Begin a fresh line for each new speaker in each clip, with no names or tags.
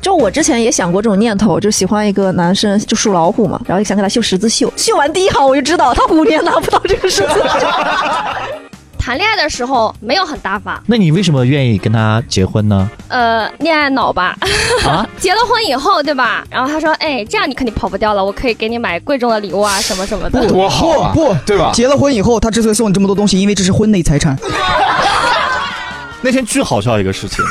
就我之前也想过这种念头，就喜欢一个男生，就属老虎嘛，然后想给他绣十字绣，绣完第一行我就知道他虎年拿不到这个十字绣。
谈恋爱的时候没有很大方，
那你为什么愿意跟他结婚呢？
呃，恋爱脑吧。
啊，
结了婚以后，对吧？然后他说，哎，这样你肯定跑不掉了，我可以给你买贵重的礼物啊，什么什么的。
多好啊，
不不
对吧？
结了婚以后，他之所以送你这么多东西，因为这是婚内财产。
那天巨好笑一个事 情，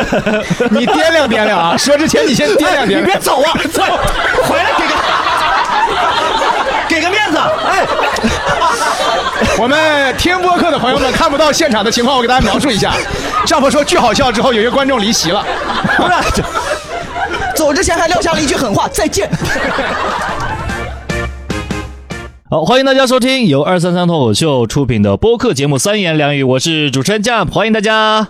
你掂量掂量 啊，说之前你先掂量掂量。
走啊，走， 回来给个给个面子，哎，
我们听播客的朋友们看不到现场的情况，我给大家描述一下。丈夫说巨好笑之后，有一个观众离席了，
不是，走之前还撂下了一句狠话：“再见。
好，欢迎大家收听由二三三脱口秀出品的播客节目《三言两语》，我是主持人 Jump，欢迎大家。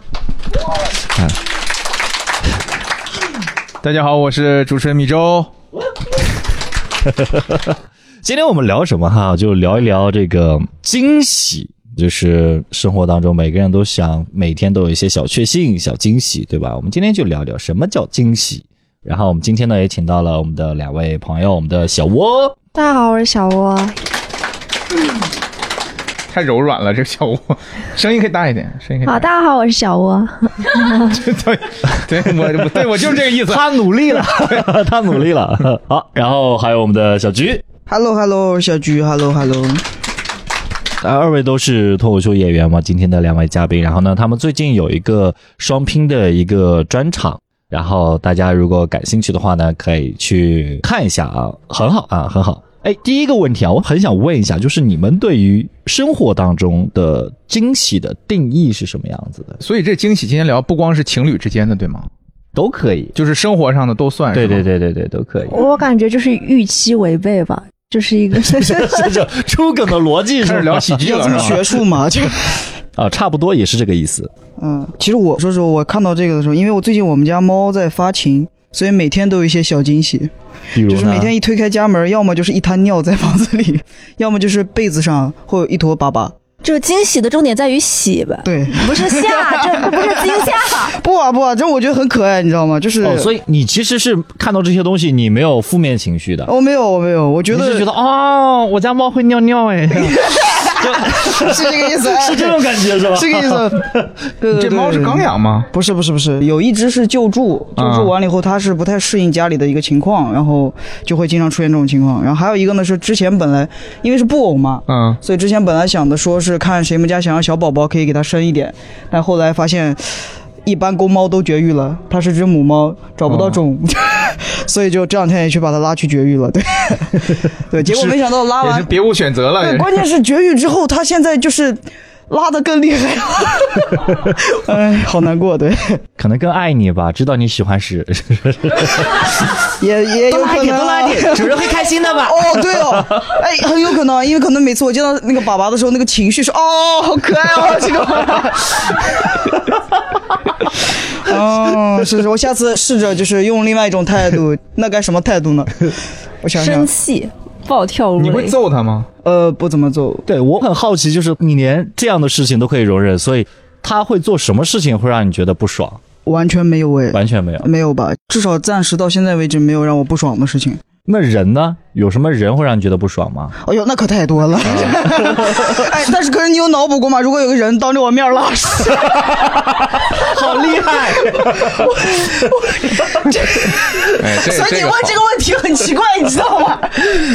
大家好，我是主持人米粥。
今天我们聊什么哈？就聊一聊这个惊喜，就是生活当中每个人都想每天都有一些小确幸、小惊喜，对吧？我们今天就聊聊什么叫惊喜。然后我们今天呢也请到了我们的两位朋友，我们的小窝，
大家好，我是小窝。
太柔软了，这个小窝， 声音可以大一点，声音可以
好，
大
大家好，我是小窝。
一点。对，对我我对我就是这 个意思。
他努力了，
他努力了。 好，然后还有我们的小菊，”
Hello Hello，小菊，Hello Hello。
呃，二位都是脱口秀演员嘛，今天的两位嘉宾。然后呢，他们最近有一个双拼的一个专场，然后大家如果感兴趣的话呢，可以去看一下啊，很好啊，很好。哎，第一个问题啊，我很想问一下，就是你们对于生活当中的惊喜的定义是什么样子的？
所以这惊喜今天聊不光是情侣之间的，对吗？
都可以。
就是生活上的都算。
对
是吗
对，对对对，都可 以。
我感觉就是预期违背吧，就是一个
这这出梗的逻辑
开始
是
聊喜剧
要
了
这么
是吧？
学术吗？ 就
啊，差不多也是这个意思。
嗯，其实我说实话，我看到这个的时候，因为我最近我们家猫在发情，所以每天都有一些小惊喜，
比如
就
呢，
是每天一推开家门，要么就是一滩尿在房子里， 要么就是被子上会有一坨粑粑。
就惊喜的重点在于喜吧，
对，
不是吓，这不是惊 吓。
不啊不啊，这我觉得很可爱，你知道吗？就是、
哦，所以你其实是看到这些东西，你没有负面情绪的。
我没有我没有，哦我觉
你
得
是觉得哦，我家猫会尿尿 哎，
是这个意思，哎
是这种感觉是吧？
这个意思。对对对
这猫是刚。养吗？
不是不是不是，啊有一只是救助，救助完了以后，它是不太适应家里的一个情况，然后就会经常出现这种情况。然后还有一个呢是之前本来因为是布偶嘛，
嗯，
所以之前本来想的说是看谁们家想要小宝宝可以给它生一点，但后来发现一般公猫都绝育了，它是只母猫，找不到种， 所以就这两天也去把它拉去绝育 了。对对，结果没想到拉
也
完
是别无选择了
啊对，。关键是绝育之后，他现在就是拉的更厉害 了，哎，好难过，对，
可能更爱你吧，知道你喜欢是，
啊也也有可能、啊。
主人会开心的吧？
哦，对哦，哎，很有可能啊，因为可能每次我见到那个粑粑的时候，那个情绪是哦，好可爱哦，这个粑粑。哦，是是，我下次试着就是用另外一种态度，那该什么态度呢？我想
生
想，
气，暴跳如
你会
雷。
揍它吗？
呃，不怎么走
，对我很好奇，就是你连这样的事情都可以容忍，所以他会做什么事情会让你觉得不爽？
完全没有哎，
完全没有。
没有吧？至少暂时到现在为止没有让我不爽的事情。
那人呢？有什么人会让你觉得不爽吗？
哎呦，那可太
啊
多了。 哎，但是可是你有脑补过吗？如果有个人当着我面拉屎，
好
哦
厉害！
哎，这
所以你问这个问题很奇怪，你知道吗？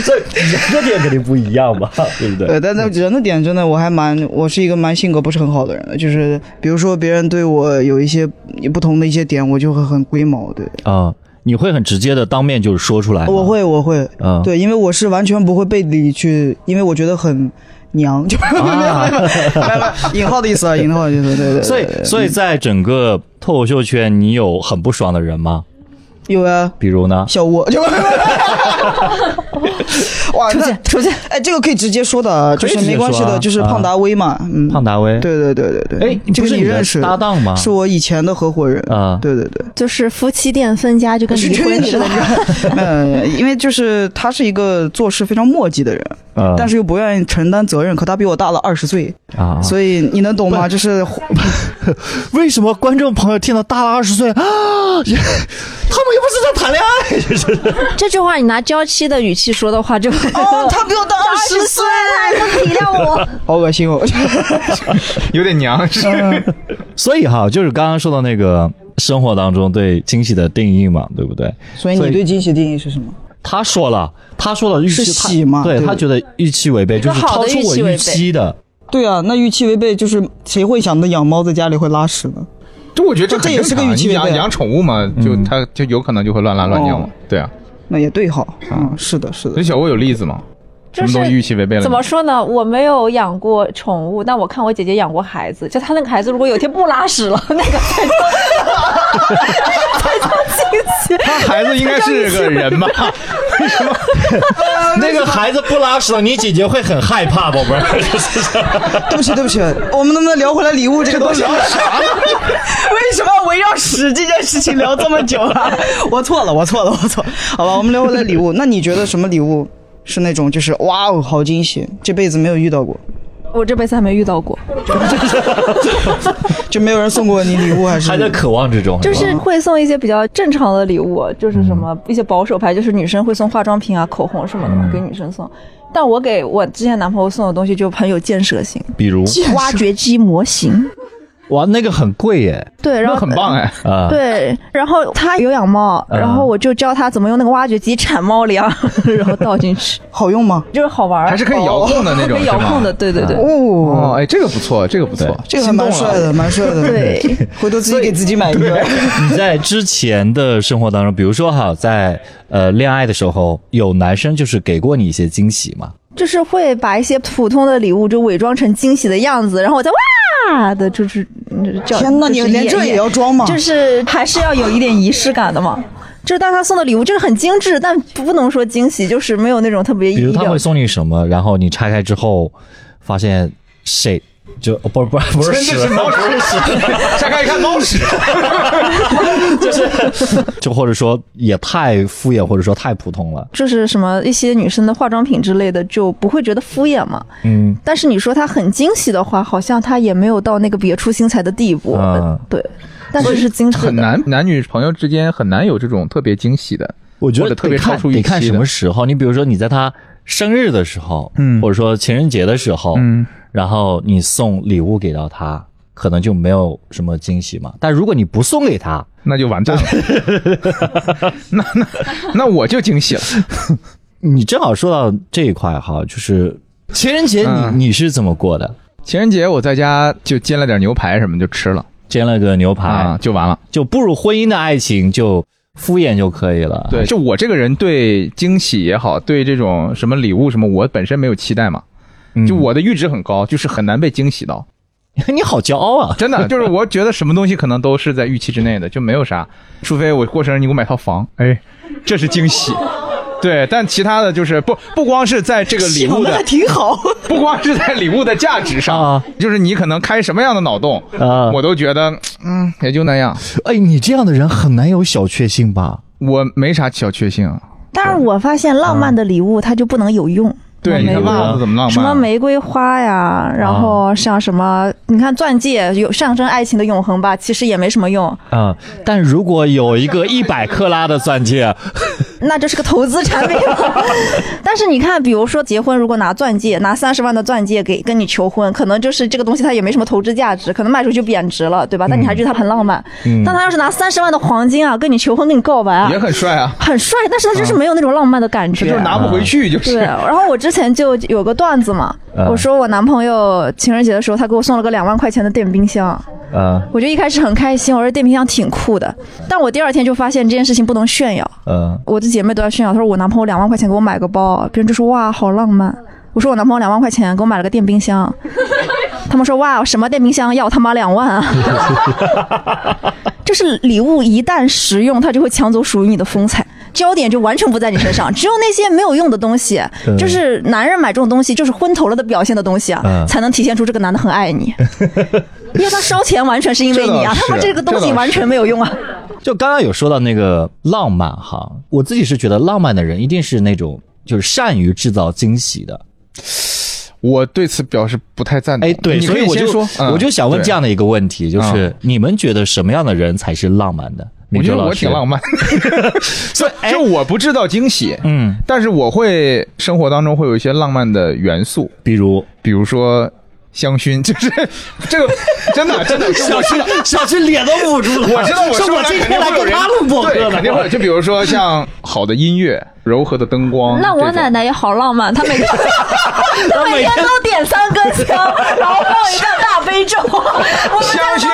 这人的点肯定不一样吧，对不对？
对，但那人的点真的，我还蛮，我是一个蛮性格不是很好的人的，就是比如说别人对我有一些不同的一些点，我就会很龟毛。对，
啊、你会很直接的当面就是说出来。
我，会，我会，
嗯，
对，因为我是完全不会背地里去，因为我觉得很娘，就没有没有没有没有没有引号的意思啊，引号的意思，对对对。
所以，所以在整个脱口秀圈，你有很不爽的人吗？
有呀，
比如呢？
小窝就。哇，出去出去！哎，这个可以直接说的啊，
可
就
以
是
直接
没关系
说啊
的，就是胖达威嘛，嗯，
胖达威，，
对对对对对，
哎，不
这个
是
你
你的
认识
搭档吗？
是我以前的合伙人
啊
对对对，
就是夫妻店分家就跟离婚似的，
嗯，因为就是他是一个做事非常磨叽的人，
呃，
但是又不愿意承担责任，可他比我大了二十岁，
啊，
所以你能懂吗？就是
为什么观众朋友听到大了二十岁啊，也他们又不是在谈恋爱，
这句话你拿娇妻的语气说的话，就
哦， 他比我大二十岁，
不体谅我。
好恶心哦！
有点娘是。
嗯
所以哈，就是刚刚说到那个生活当中对惊喜的定义嘛，对不对？
所以
所以
你对惊喜定义是什么？
他说了，他说了预期
是喜嘛
他对
对
他觉得预期违背，就是
好
超
的
出我
预期
预
违背
期的。
对啊，那预期违背就是谁会想着养猫在家里会拉屎呢？
这我觉得这
这
很
也是个
正常
预期
你
违背
养
啊
养宠物嘛，就它就有可能就会乱拉乱尿嘛
哦。
对啊，
那也对哈，
啊
嗯，是的，是
所
的
以，小欧有例子吗？什
就
么
是
东西预期违背了你？
怎么说呢？我没有养过宠物，但我看我姐姐养过孩子。就她那个孩子，如果有一天不拉屎了，那个才叫才叫惊喜。
他孩子应该是个人 吧？为什么？
那个孩子不拉屎了，你姐姐会很害怕，宝贝
嗯
儿。
对不起，对不起，我们能不能聊回来礼物这个东西？ 为什么围绕屎这件事情聊这么久啊？ 我错了，我错了，我错了。好吧，我们聊回来礼 物。那你觉得什么礼物是那种就是哇哦，好惊喜，这辈子没有遇到过，
我这辈子还没遇到过。
就没有人送过你礼物，还是
还在渴望之中，
就是会送一些比较正常的礼物，就是什么一些保守派，就是女生会送化妆品啊、口红什么的嘛，给女生送。但我给我之前男朋友送的东西就很有建设性，
比如
挖掘机模型。
哇，那个很贵耶
对，然
那
后
很棒哎！
啊！
对，然后他有养猫，
嗯
然后我就教他怎么用那个挖掘机铲猫粮，然后倒进去，
好用吗？
就是好玩儿，哦
还是可以遥控的那
可
种
以遥
是吗
控的，对对对。
哦，
哦，
哎，这个不错，这个不错
对，
这个还蛮
心动
帅
了。
的，蛮帅的。
对，
回头自己给自己买一个。
你在之前的生活当中，比如说哈，在呃恋爱的时候，有男生就是给过你一些惊喜吗？
就是会把一些普通的礼物就伪装成惊喜的样子，然后我再哇的，就是嗯叫
天哪，你
就是
连这
演
也要装吗？
就是还是要有一点仪式感的嘛。就是但他送的礼物就是很精致，但不能说惊喜，就是没有那种特别意
比如他
料
会。送你什么，然后你拆开之后发现 shit，就哦不不不是屎，不是屎，
下看一看猫屎，
就或者说也太敷衍，或者说太普通了。
就是什么一些女生的化妆品之类的，就不会觉得敷衍嘛。
嗯，
但是你说他很惊喜的话，好像他也没有到那个别出心裁的地步。
嗯
对，但是是精致的。
很难，男女朋友之间很难有这种特别惊喜的。
我觉
或
得
者特别
得看
超出预
得看
期
什
的
么时候。你比如说你在他生日的时候，
嗯
或者说情人节的时候，
嗯，
然后你送礼物给到他，可能就没有什么惊喜嘛。但如果你不送给他，
那就完蛋了。那那那我就惊喜了。
你正好说到这一块哈，就是情人节你、
嗯
你是怎么过的？
情人节我在家就煎了点牛排什么就吃了
煎了个牛排，
啊，就完了。
就步入婚姻的爱情就敷衍就可以了。
对，就我这个人对惊喜也好，对这种什么礼物什么，我本身没有期待嘛，
嗯，
就我的阈值很高，就是很难被惊喜到。
你好骄傲啊！
真的，就是我觉得什么东西可能都是在预期之内的，就没有啥，除非我过生日你给我买套房，哎，这是惊喜。对，但其他的就是不不光是在这个礼物的，
挺好。
不光是在礼物的价值上
啊，
就是你可能开什么样的脑洞，
啊，
我都觉得嗯也就那样，
哎，你这样的人很难有小确幸吧？
我没啥小确幸。啊
但是我发现浪漫的礼物它就不能有用。
嗯对，
我
你
没
的
有
袜子怎么浪漫啊？啊
什么玫瑰花呀，然后像什么，你看钻戒有象征爱情的永恒吧，其实也没什么用，
啊、但如果有一个一百克拉的钻 戒，
那这是个投资产品 了。但是你看，比如说结婚，如果拿钻戒，拿三十万的钻戒给跟你求婚，可能就是这个东西它也没什么投资价值，可能卖出去贬值了，
嗯
对吧？但你还觉得它很浪漫。但他要是拿三十万的黄金啊，跟你求婚，跟你告白啊
也，很帅啊，
很帅，但是他就是没有那种浪漫的感
他
觉。啊
就是拿不回去，就是
对，啊然后我之前就有个段子嘛，
嗯
我说我男朋友情人节的时候，他给我送了个两万块钱的电冰箱，
呃
我就一开始很开心，我说电冰箱挺酷的，但我第二天就发现这件事情不能炫耀，
呃，
我的姐妹都在炫耀，她说我男朋友两万块钱给我买个包，别人就说哇好浪漫，我说我男朋友两万块钱给我买了个电冰 箱，他们说哇什么电冰箱要他妈两万 啊！就是礼物一旦实用，它就会抢走属于你的风采。焦点就完全不在你身上，只有那些没有用的东西，
嗯
就是男人买这种东西，就是昏头了的表现的东西啊
嗯，
才能体现出这个男的很爱 你。因为他烧钱完全是因为你啊，
这倒是
他妈这个东
这倒
西
是
完全没有用啊。
就刚刚有说到那个浪漫哈，我自己是觉得浪漫的人一定是那种就是善于制造惊喜的。
我对此表示不太赞同。
哎，对，
你
所
可
以我
先
就
说，嗯
我就想问这样。的一个问题，就是
嗯
你们觉得什么样的人才是浪漫的？
对我
明
觉
哲
得
老
我
师
挺浪，漫，
所以哎
就，我不制造惊喜，
嗯，
但是我会生活当中会有一些浪漫的元素，
比 如
比如说香薰，就是 这个真的真 的，我知道
小区脸都捂 住了，
我知道我说肯定会有人对，肯定会有。就比如说像好的音乐、柔哦和的灯光，
那我
这种
奶奶也好浪漫，她每天她每天都点三根香， 然后放一个大悲咒。我
香薰，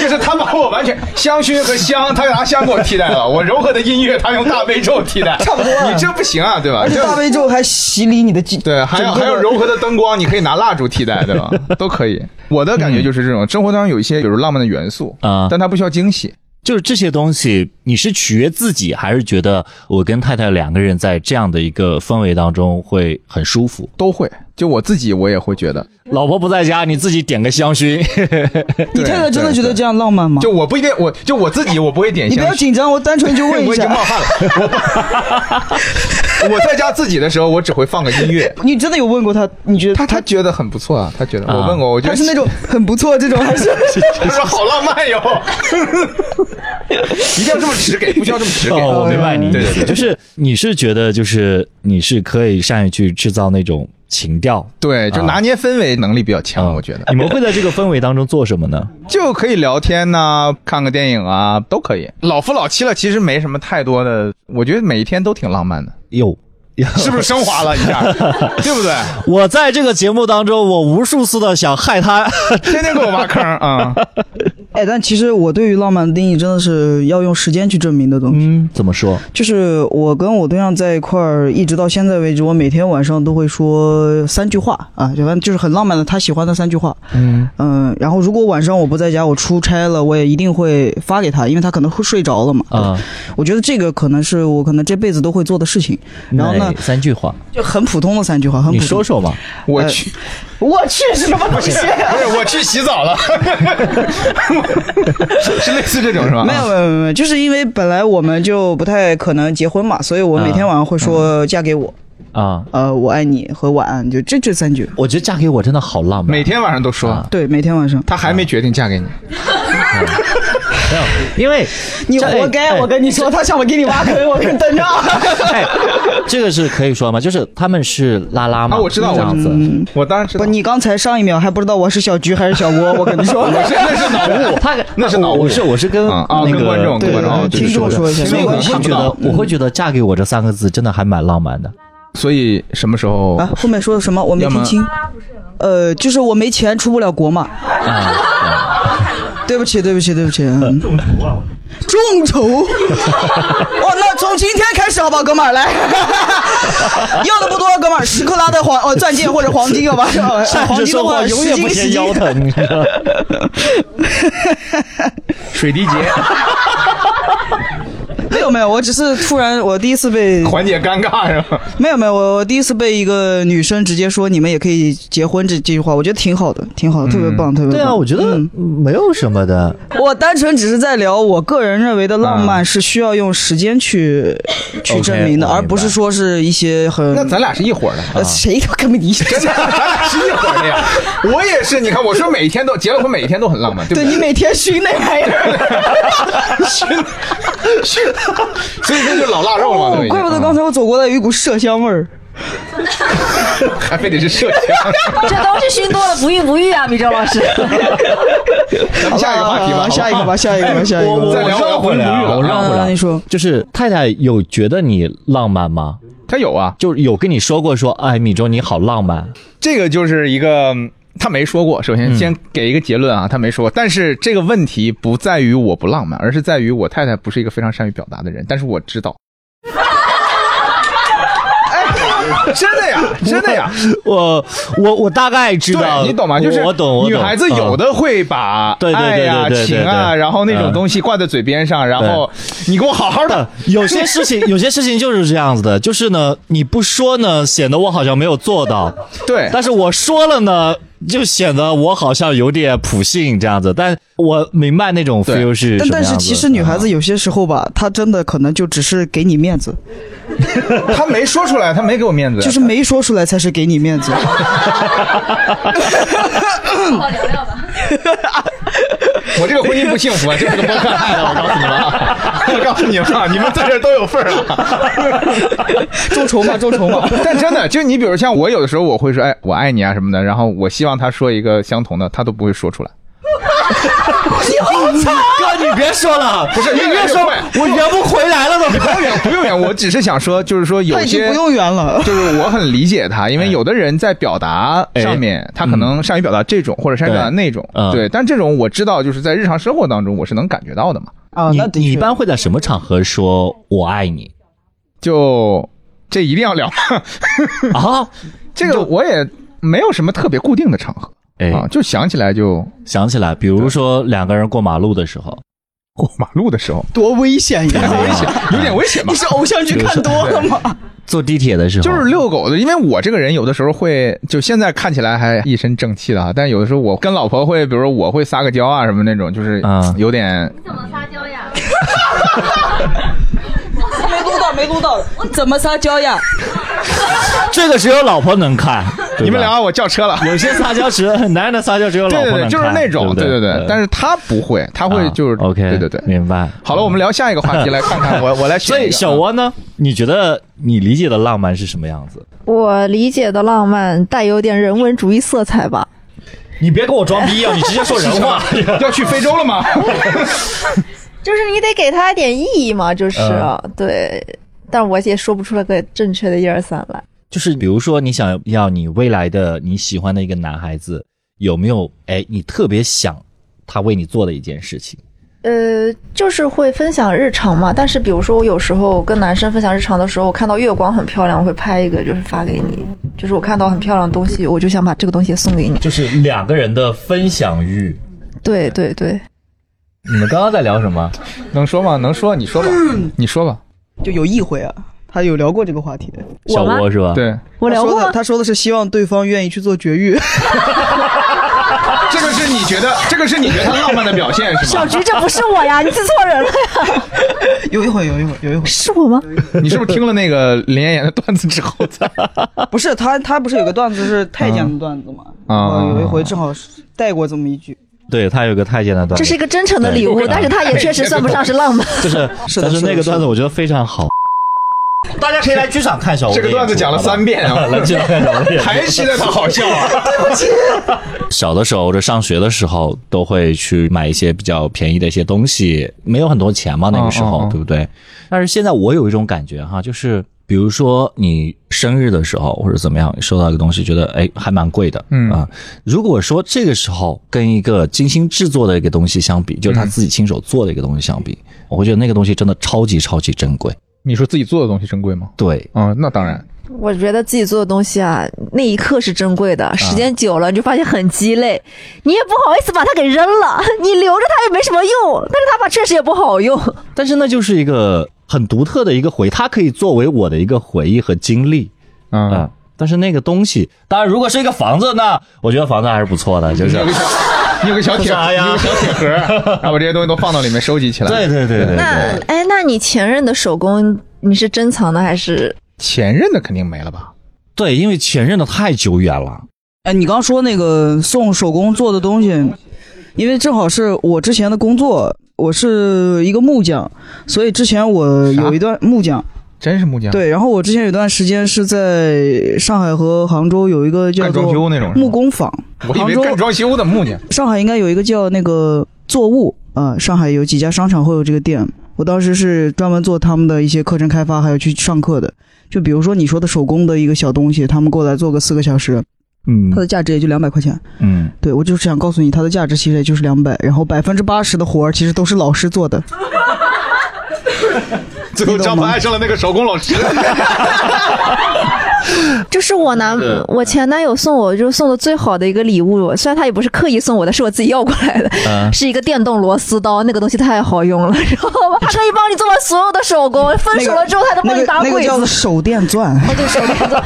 就是他把我完全香薰和香，他用拿香给我替代了，我柔和的音乐他用大悲咒替代，差不多、你这不行啊，对吧？
而且
这
大悲咒还洗礼你的记，
对，还有
整个
还有柔和的灯光，你可以拿蜡烛替代，对 吧？都可以。我的
嗯
感觉就是这种生活当中有一些比如浪漫的元素
啊
但它不需要惊喜。
就是这些东西，你是取悦自己，还是觉得我跟太太两个人在这样的一个氛围当中会很舒服？
都会，就我自己，我也会
啊
觉得，
老婆不在家，你自己点个香薰，
你太太真的觉得这样浪漫吗？
就我不一定，我就我自己，我不会点
你
香薰。
不要紧 张，我单纯就问 一
我已经冒
下，
汗了。我 我在家自己的时候，我只会放个音乐。
你真的有问过他？你觉得
他他觉得很不错啊，他觉得
啊
我问过，我觉
他
得
是那种很不错这种，还是
他说好浪漫哟， 一定要这么直给，不需要这么直给。
哦，我明白你意
对对
思，
对
就是你是觉得就是你是可以善于去制造那种情调。
对，就拿捏氛围能力比较强，
啊嗯
我觉得
你们会在这个氛围当中做什么呢？
就可以聊天呐、看个电影啊，都可以。老夫老妻了，其实没什么太多的，我觉得每一天都挺浪 漫的，
有，
是不是升华了一 下？对不对？
我在这个节目当中，我无数次的想害他。
天天给我挖坑 啊！
哎，但其实我对于浪漫的定义真的是要用时间去证明的东西。
嗯，怎么说？
就是我跟我对象在一块儿，一直到现在为止，我每天晚上都会说三句话啊，就反正就是很浪漫的他喜欢的三句话。嗯然后如果晚上我不在家，我出差了，我也一定会发给他，因为他可能会睡着了嘛。
啊、
我觉得这个可能是我可能这辈子都会做的事情，然后呢嗯
哪哎三句话，
就很普通的三句话，很普
你
通。
说说嘛。
我去，
我去什么东西？
不是我去洗澡了， 是类似这种是吧？
没有没有没有没有，就是因为本来我们就不太可能结婚嘛，所以我每天晚上会说嫁给我，
啊、
呃，我爱你和晚安，就这这三句。
我觉得嫁给我真的好浪漫。
每天晚上都说
啊，嗯
对，每天晚上。
她还没决定嫁给你，
没有，因为
你
这
活
哎哎
该！我跟你说，他想我给你挖坑，我给你等着。
哎，这个是可以说吗？就是他们是拉拉嘛，
啊我知道
这样子。
我当然知
不，
道。
你刚才上一秒还不知道我是小菊还是小窝，我跟你说。
我是那是脑雾，
他
那是脑雾
我是我是跟
啊啊
那个
跟观众
对
跟观众
对
对
听众说一下，
所以我
观众
会
看不
觉
到
得，我会觉得“嫁给我”这三个字真的还蛮浪漫的。
所以什么时候
哦
啊，后面说的什么我没听清。呃，就是我没钱出不了国嘛。
啊
对不起，对不起，对不起。嗯
啊
众筹，哦，那从今天开始好不好，哥们儿来， 要的不多，哥们儿，十克拉的黄哦钻戒或者黄金，好吧？ 呃黄
这
金的
生活
话，
永
十
远不
斤十
嫌
斤
腰。疼，你知道吗
水滴节
没有没有，我只是突然，我第一次被
缓解尴尬是吧？
没有没有，我我第一次被一个女生直接说你们也可以结婚这这句话，我觉得挺好的，挺好的，特别棒，特别棒。嗯
对啊，我觉得没有什么的。
我单纯只是在聊，我个人认为的浪漫是需要用时间去、去
OK，
证明的，
我明白
而不是说是一些很
那咱俩是一伙儿的。
呃谁都根本你真
真的，咱俩是一伙儿的呀！ 我也是，你看，我说每天都结了婚，每天都很浪漫，对
对
不
你每天熏那玩意儿，
对？是，所以这就老腊肉了嘛，都已经
哦怪不得刚才我走过来有一股麝香味儿。
嗯还非得是麝香。
这东西熏多了不孕不育啊，米哲 老师。
咱们下一个话题吧，好
啊
不好
下一个吧，下一个 吧，下一个
我
吧。
再聊
绕回来啊，我绕回
啊
来。
你说
就是太太有觉得你浪漫吗？
他有啊，
就是有跟你说过说，哎，米粥你好浪漫，
这个就是一个嗯他没说过。首先，先给一个结论啊，他没说过。但是这个问题不在于我不浪漫，而是在于我太太不是一个非常善于表达的人。但是我知道，
哎，
真的呀，真的呀，
我我我大概知道，
对你懂吗？就是
我懂，我懂
女孩子有
嗯
的会把
对对对
爱呀、
对对对
情
对
啊，
对
然后那种
嗯
东西挂在嘴边上，然后你给我好好的，
有些事情，有些事情就是这样子的，就是呢，你不说呢，显得我好像没有做到；
对，
但是我说了呢，就显得我好像有点普信这样子。但我明白那种
对
feel 是什
但
么样子的嗯
但是其实女孩子有些时候吧，她真的可能就只是给你面子，
他没说出来，他没给我面子，
就是没说出来才是给你面子。
我这个婚姻不幸 福啊，这是个崩坏案啊！我告诉你们啊，我告诉你们啊，你们在这儿都有份儿啊！
众筹嘛，众筹嘛。
但真的，就你比如像我，有的时候我会说，哎，我爱你啊什么的，然后我希望他说一个相同的，他都不会 说出来。
哥，你别说了， 不
是
你
越来
别
越
说
快，
我圆不回来了，怎么
不用远，不用远，我只是想说，就是说有
他已经
些
不用圆了。
就是我很理解他，因为有的人在表达上面，他可能善于表达这种，或者善于表达那种
对，嗯
对。但这种我知道，就是在日常生活当中，我是能感觉到的嘛。
啊，那
你
的
你一
确。
般会在什么场合说我爱 你
就这一定要聊，
啊？
这个我也没有什么特别固定的场合
哎，
啊，就想起来就
想起来，比如说两个人过马路的时候，
过马路的时候，
多危险 呀！
危险，有点危 险吧
你？是偶像剧看多了吗？
坐地铁的时候，
就是遛狗的，因为我这个人有的时候会，就现在看起来还一身正气的啊，但有的时候我跟老婆会，比如说我会撒个娇啊什么那种，就是
啊
有点
怎么撒娇呀？
没录到，没录到，怎么撒娇呀？
这个只有老婆能 看，对吧
你们俩我叫车了。
有些撒娇只很男人的撒娇只有老
对对
婆能看，
对，就是那种，
对
对
不
对。但是他不会，他会
啊
就是
OK，
对对对。
明白。
好了，我 们聊下一个话题，来看看我我来选
所
一个啊。
以小窝呢？你觉得你理解的浪漫是什么样子？
我理解的浪漫带有点人文主义色彩吧。
你别跟我装逼啊！你直接说人 话。
啊要去非洲了吗？
就是你得给他点意义嘛，就是、对。但我也说不出来个正确的一二三来。
就是比如说，你想要你未来的你喜欢的一个男孩子，有没有哎，你特别想他为你做的一件事情？
呃，就是会分享日常嘛，但是比如说我有时候跟男生分享日常的时候，我看到月光很漂亮，我会拍一个，就是发给你。就是我看到很漂亮的东西，我就想把这个东西送给你。
就是两个人的分享欲。
对对对，
你们刚刚在聊什么？
能说吗？能说，你说 吧，你说吧。
就有一回啊，他有聊过这个话题。
小窝是吧？，
对，
我聊
他说
过
的，他说的是希望对方愿意去做绝育。
这个是你觉得，这个是你觉得他浪漫的表现是
小
吗？
菊，这不是我 呀，你记错人了 呀，
有一回，有一回，有一 回，
是我吗？
你是不是听了那个林彦彦的段子之 后才？
不是他，他不是有个段子是太监的段子吗？
啊
我有一回正好是带过这么一句。
对他有个太监的段
这
子
是一，个真诚的礼
对
物，但是它也确实算不上是浪漫。
就是，
是的
但
是
是
的
那个
是
段子
的
我觉得非常好。大家可以来剧场看小窝
这个段子讲了三遍啊
来剧场看小窝的演出。
还期待他好笑 啊！
小的时候或者上学的时候，都会去买一些比较便宜的一些东西，没有很多钱嘛，那个时候，
嗯嗯嗯
对不对？但是现在我有一种感觉哈，就是比如说你生日的时候或者怎么样，你收到一个东西，觉得哎还蛮贵的，
嗯
啊，如果说这个时候跟一个精心制作的一个东西相比，就是
嗯
他自己亲手做的一个东西相比，我会觉得那个东西真的超级超级珍贵。
你说自己做的东西珍贵吗？
对，
啊，那当然。
我觉得自己做的东西啊，那一刻是珍贵的，时间久了你就发现很鸡肋，你也不好意思把它给扔了， 你留着它也没什么用，但是它吧确实也不好用。
但是那就是一个很独特的一个回忆，它可以作为我的一个回忆和经历。
嗯
啊，，但是那个东西，当然如果是一个房子那我觉得房子还是不错的，就是
你有个小，你有个小铁，
啥
你
呀
有个小铁盒，然后把这些东西都放到里面收集起 来。
对对对对
那
对，
哎，那你前任的手工你是珍藏的还是？
前任的肯定没了吧？
对，因为前任的太久远了，
哎，你刚说那个送手工做的东西，因为正好是我之前的工作，我是一个木匠，所以之前我
啥
有一段木匠
真是木匠，，
对，然后我之前有一段时间是在上海和杭州有一个叫
干装修
做
那种是吗
木，工坊，
我以为干装修的木匠。
上海应该有一个叫那个作物啊、上海有几家商场会有这个店。我当时是专门做他们的一些课程开发，还有去上课的。就比如说你说的手工的一个小东西，他们过来做个四个小时，
嗯
它的价值也就两百块钱。
嗯，
对，我就是想告诉你，它的价值其实也就是两百，然后百分之八十的活儿其实都是老师做的。
最
后张鹏 爱
上了那个手工老师，
这是我男我前男友哎送我，就是送的最好的一个礼物。虽然他也不是刻意送我的，是我自己要过来的，
嗯
是一个电动螺丝刀，那个东西太好用了，知道 吗？它可以帮你做完所有的手工，分手了之后它能帮
那
你
个
打
那个
鬼
叫
子。
做手电 钻，
哦，对，手电钻，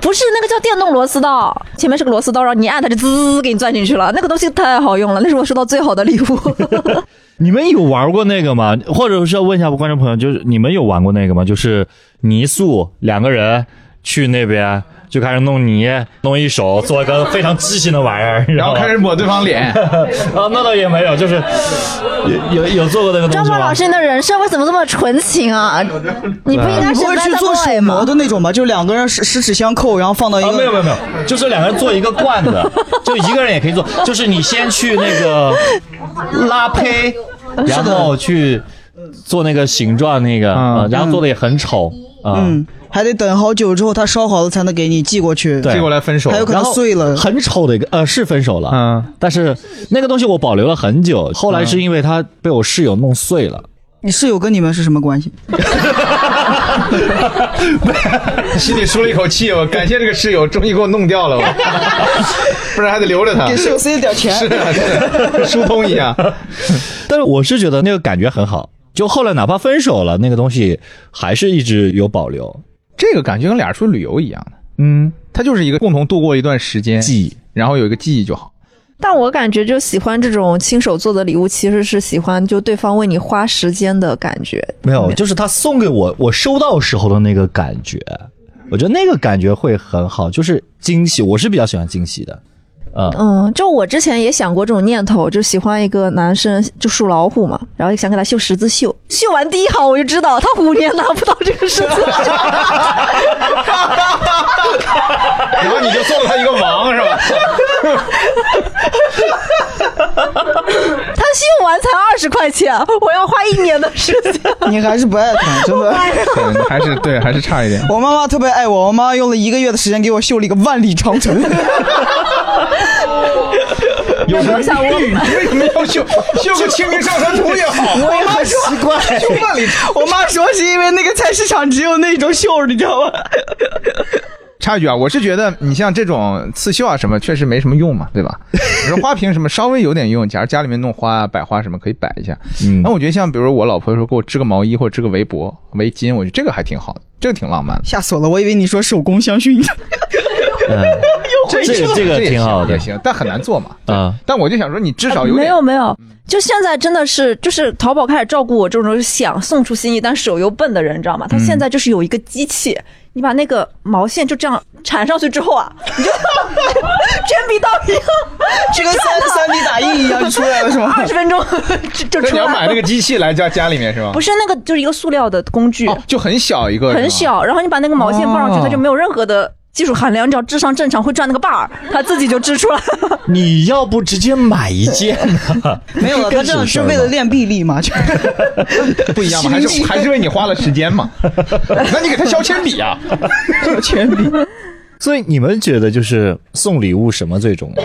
不是那个叫电动螺丝刀，前面是个螺丝刀，然后你一按它就滋给你钻进去了，那个东西太好用了，那是我收到最好的礼物。
你们有玩过那个吗？或者是要问一下观众朋友，就是你们有玩过那个吗？就是泥塑两个人去那边就开始弄泥，弄一手做一个非常畸形的玩意儿，
然后开始抹对方 脸，
啊，那倒也没有，就是有有有做过那个东
张
西
波
吗？
老师，你的人设为什么这么纯情啊？你不应该
你
是
不会去
bad
做手
boy
模
吗？
的那种吧？就两个人十十指相扣，然后放到一
啊，
个
没有没有没有，就是两个人做一个罐子，就一个人也可以做，就是你先去那个拉胚，然后去做那个形状那个，
嗯
啊，然后做的也很丑啊，
嗯，还得等好久之后它烧好了才能给你寄过去。
对
结果来分手
还，有可
然
能
后
碎了。
很丑的一个，呃，是分手了，
嗯，
但是那个东西我保留了很久，后来是因为它被我室友弄碎了，
你室友跟你们是什么关系？
心里舒了一口气，我感谢这个室友，终于给我弄掉了， 我不然还得留着他，
给室友塞了点
是
钱，
啊是啊疏通一下。
但是我是觉得那个感觉很好。就后来哪怕分手了，那个东西还是一直有保留
这个感觉跟俩人出去旅游一样的，嗯，它就是一个共同度过一段时间，
记忆。
然后有一个记忆就好。
但我感觉，就喜欢这种亲手做的礼物，其实是喜欢就对方为你花时间的感觉。
没有，就是他送给我，我收到时候的那个感觉，我觉得那个感觉会很好，就是惊喜。我是比较喜欢惊喜的，哦
嗯，就我之前也想过这种念头，就喜欢一个男生，就属老虎嘛，然后想给他绣十字绣，绣完第一行我就知道他虎年拿不到这个十字绣，
然后你就送了他一个王，是吧？
他绣完才二十块钱，我要花一年的时间。
你还是不爱他，真的。
对，还是对，还是差一点。
我妈妈特别爱我，我妈用了一个月的时间给我绣了一个万里长 城。
有什么玉？为什么要绣绣个《清明上河图》也好？
我妈说奇怪，我妈说是因为那个菜市场只有那种绣，你知道吗？
插一句啊，我是觉得你像这种刺绣啊什么，确实没什么用嘛，对吧？ 你说花瓶什么稍微有点用，假如家里面弄花啊、摆花什么可以摆一下。
嗯
那我觉得像比如我老婆说给我织个毛衣或者织个围脖、围巾，我觉得这个还挺好的，这个挺浪漫的。
吓死我了，我以为你说手工香薰。
嗯，这个这个
也
挺
行
好的
也行，但很难做嘛。对
啊
但我就想说，你至少有
啊没
点嗯
有没有，就现在真的是，就是淘宝开始照顾我这种想送出心意但手又笨的人，你知道吗？
嗯
他现在就是有一个机器，你把那个毛线就这样缠上去之后啊， 你就卷笔刀一样，
这跟三三 D 打印一样就出来了是吗？
二十分钟 就就
那
出
你要
来
买那
了。
个机器来家家里面是吗？
不是那个，就是一个塑料的工具，
哦，就很小一个，
很
是吗。
小，然后你把那个毛线放上去，
哦
它就没有任何的技术含量，你只要智商正常会转那个把儿，它自己就织出来了。
你要不直接买一 件呢？
没有了，他这样是为了练臂力 嘛？就是
不一样嘛，还是还是为你花了时 间嘛？那你给他削铅笔啊？
所以你们觉得就是送礼物什么最重要？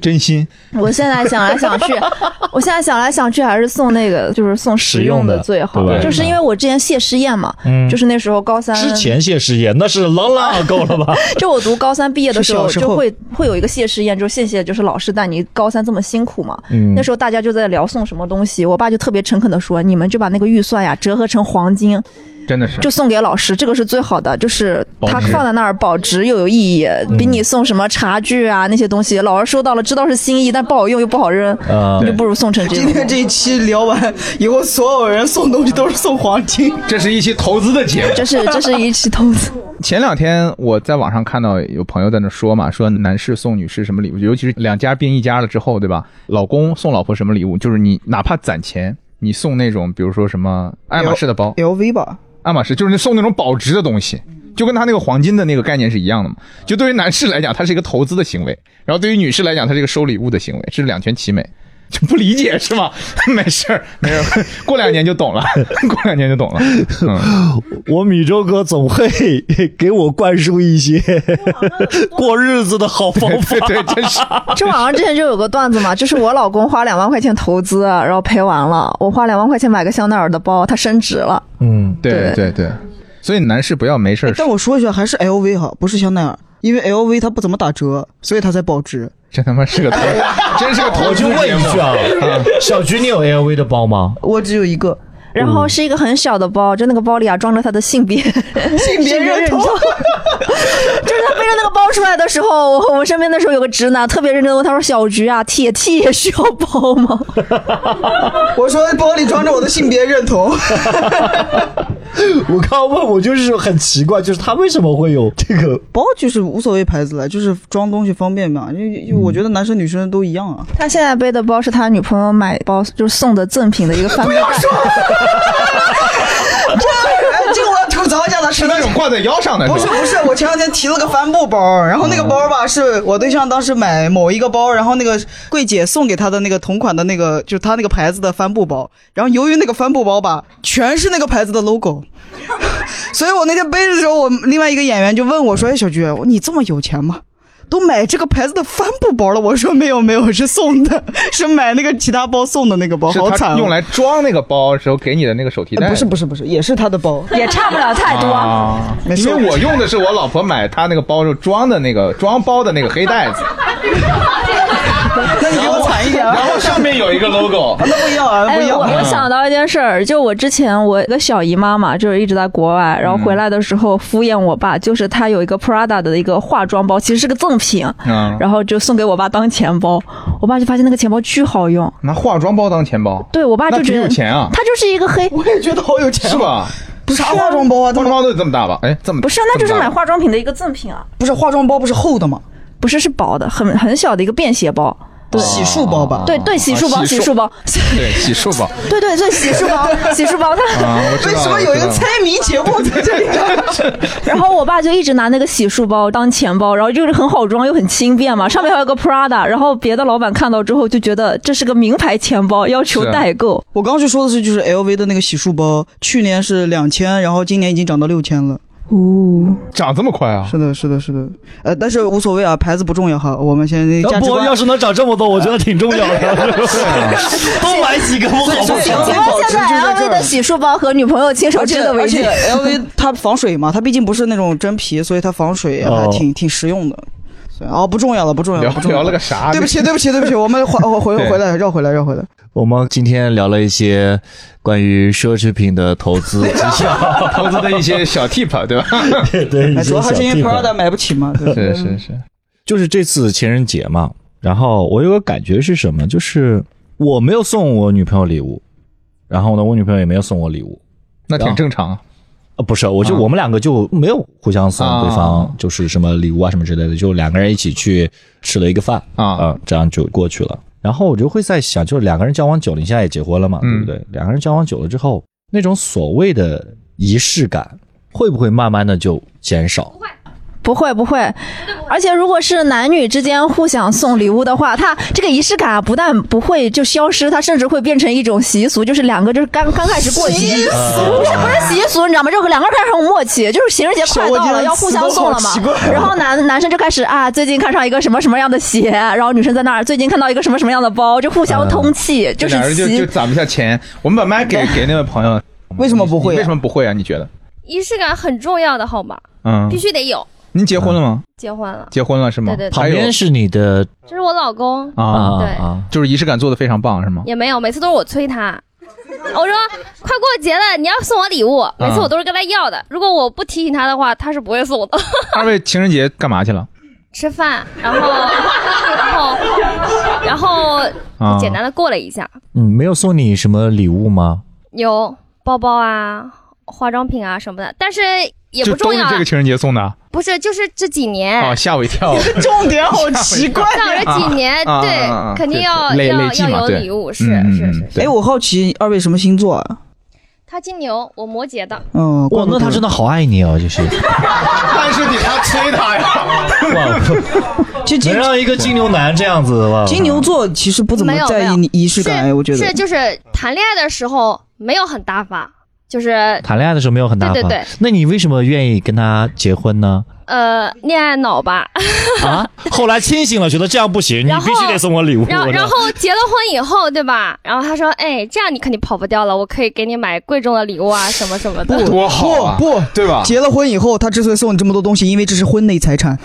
真心
我现在想来想去，我现在想来想去还是送那个，就是送实用的最好
实用的，对
就是因为我之前谢师宴嘛，就是那时候高三
之前谢师宴那是朗朗够了 吧？
就我读高三毕业的时候，
是小时候
就会会有一个谢师宴，就谢谢就是老师带你高三这么辛苦嘛。
嗯
那时候大家就在聊送什么东西，我爸就特别诚恳的说，你们就把那个预算呀折合成黄金，
真的是
就送给老师，这个是最好的，就是它放在那儿保值又有意义，
嗯
比你送什么茶具啊那些东西，老师收到了知道是心意，但不好用又不好扔，
啊
你就不如送成这
今天
样。
这一期聊完以后，所有人送东西都是送黄金。
这是一期投资的节目。
这是这是一起投资，
前两天我在网上看到有朋友在那说嘛，说男士送女士什么礼物，尤其是两家变一家了之后，对吧？老公送老婆什么礼物，就是你哪怕攒钱，你送那种比如说什么爱马仕的包，
LV 吧，
爱马仕就是那送那种保值的东西，就跟他那个黄金的那个概念是一样的嘛。就对于男士来讲，它是一个投资的行为；然后对于女士来讲，它是一个收礼物的行为，是两全其美。就不理解是吗？ 没事儿，没事儿，过两年就懂了，过两年就懂了。嗯，
我米粥哥总会给我灌输一些过日子的好方法
对。对，真是。
这网上之前就有个段子嘛，就是我老公花两万块钱投资，然后赔完了，我花两万块钱买个香奈儿的包，它升值了。
嗯，
对
对
对对，所以男士不要没事儿
哎但我说一下，还是 LV 哈，不是香奈儿，因为 LV 它不怎么打折，所以它才保值。
真他妈是个头，
哎
真是个 头。
我就问一句啊，小菊，你有 LV 的包吗？
我只有一个，
然后是一个很小的包，就那个包里啊装着他的性别性
别认同
就是他背着那个包出来的时候，我们身边那时候有个直男特别认真地问他说：“小菊啊，铁 T 也需要包吗
我说包里装着我的性别认同，
我刚刚问我就是很奇怪，就是他为什么会有这个？
包就是无所谓牌子了，就是装东西方便嘛，因为因为我觉得男生女生都一样啊。？”
他现在背的包是他女朋友买包就是送的赠品的 一个帆布袋。
哎，这个我要吐槽一下他，
是那种挂在腰上的，
不是
吧
不是，我前两天提了个帆布包，然后那个包吧，是我对象当时买某一个包，然后那个柜姐送给他的那个同款的那个，就是他那个牌子的帆布包，然后由于那个帆布包吧，全是那个牌子的 logo，所以我那天背着的时候，我另外一个演员就问我说：“哎，小菊，你这么有钱吗？”都买这个牌子的帆布包了，我说没有没有，是送的，是买那个其他包送的那个包，
是
好惨、
他
哦。
用来装那个包时候给你的那个手提
哎
袋。
不是不是不是，也是他的包，
也差不了太多。
啊，
没
因
事
为我用的是我老婆买她那个包时候装的那个装包的那个黑袋子，
那你给我惨一点啊
然！后上面有一个 logo，
那不一样啊，
哎
不一，样
我
啊。
我想到一件事儿，就我之前我一个小姨妈嘛，就是一直在国外，然后回来的时候敷衍我爸，就是她有一个 Prada 的一个化妆包，其实是个赠品，
嗯，
然后就送给我爸当钱包，我爸就发现那个钱包巨好用，
拿化妆包当钱包，
对我爸
那
就觉
挺
得
有钱啊，
他就是一个黑，
我也觉得好有钱
是？吧？
不是啥化妆包
化
啊，他
妆
们
包都得这么大吧？哎，这么
不是，那就是
这么
买
大吧
化妆品的一个赠品啊，
不是化妆包，不是厚的吗？
不是是薄的，很很小的一个便携包，
洗漱包吧？
对对，洗漱包，
啊
洗
洗漱
漱包，
对洗漱 包
对对对，洗漱 包，洗漱包，它。
啊，我知道
为
了
什么有一个？猜谜节目在这里？
然后我爸就一直拿那个洗漱包当钱包，然后就是很好装又很轻便嘛，上面还有个 Prada，然后别的老板看到之后就觉得这是个名牌钱包，要求
是啊
代购。
我刚刚就说的是，就是 LV 的那个洗漱包，去年是两千，然后今年已经涨到六千了。
哦，
知道了长这么快啊？
是的，是的，是的。呃，但是无所谓啊，牌子不重要哈。我们现在价值
不，
观
要是能涨这么多，我觉得挺重要的。 多买几个不好
所以
吗？
所以
请问现在 LV 的洗漱包和女朋友亲手
而且
织的围
而且
巾，
LV 它防水嘛，它毕竟不是那种真皮，所以它防水啊还
哦
挺挺实用的。所以哦，不重要了，不重要
聊
了，不重要
聊了个。啥？
对不起，对不起，对不 起，我们回回回回来，绕回来，绕回来。
我们今天聊了一些关于奢侈品的投资技巧，
投资的一些小 tip，对吧？
对，
哎主要还是因为 Prada
的，
买不起嘛。 对
是是是，
就是这次情人节嘛。然后我有个感觉是什么？就是我没有送我女朋友礼物，然后呢，我女朋友也没有送我礼物。
那挺正常啊。
呃，不是，我就、
啊
我们两个就没有互相送对
啊
方就是什么礼物啊什么之类的，就两个人一起去吃了一个饭
啊
呃这样就过去了。然后我就会在想，就是两个人交往久了，你现在也结婚了嘛，对
嗯
不对？两个人交往久了之后，那种所谓的仪式感会不会慢慢的就减少？
不会不会，而且如果是男女之间互相送礼物的话，它这个仪式感啊不但不会就消失，它甚至会变成一种习俗，就是两个就是刚刚开始过节，不是不是习俗，你知道吗？就是两个人开始很有默契，就是情人节快到
我觉
了
得
要互相送了嘛
词都好奇，怪
然后男男生就开始啊，最近看上一个什么什么样的鞋，然后女生在那儿最近看到一个什么什么样的包，就互相通气，
嗯这
就是
俩人就就
习
攒不下钱。我们把麦给给那位朋友，
为什么不会啊
你为什么不会啊？你觉得？
仪式感很重要的好吗？
嗯
必，须得有。
您结婚了吗？
结婚了，
结婚了是吗？
对对对
旁
还有
边是你的
这是我老公，
啊，
啊
对
啊，
就是仪式感做的非常棒是吗？
也没有，每次都是我催他。我说快过节了，你要送我礼物。每次我都是跟他要的，如果我不提醒他的话，他是不会送的。
二位情人节干嘛去了？
吃饭，然后，然后，然后
啊，
简单的过了一下，
嗯，没有送你什么礼物吗？
有包包啊、化妆品啊什么的，但是也
就
不
都
重
是
要
这
啊哎
个。情人节送的啊
不是，就是这几年，
哦，吓我一跳。
重点好奇怪。
到了这几年，
啊啊啊啊啊
对，肯定
对
要
累累
要
计嘛
要有
对
礼物，是
嗯
是
嗯
是
嗯。对
哎，我好奇二位什么星座啊？
他金牛，我摩羯的，
嗯，
哇，那他真
的
的好爱你哦，就是
但是你还催他呀？
哇，
就金
能让一个金牛男这样子哇，
金牛座其实不怎么
没有
在
没有
意你仪式感，哎，我觉得
是就是谈恋爱的时候没有很大方，就是
谈恋爱的时候没有很大方，
对对对
那你为什么愿意跟他结婚呢？
呃恋爱脑吧，
啊！后来清醒了，觉得这样不行，你
然后
必须得送我礼物。
然后
我的
然后结了婚以后，对吧？然后他说，哎，这样你肯定跑不掉了，我可以给你买贵重的礼物啊，什么什么的。
多好啊，
不不
对吧？
结了婚以后，他之所以送你这么多东西，因为这是婚内财产。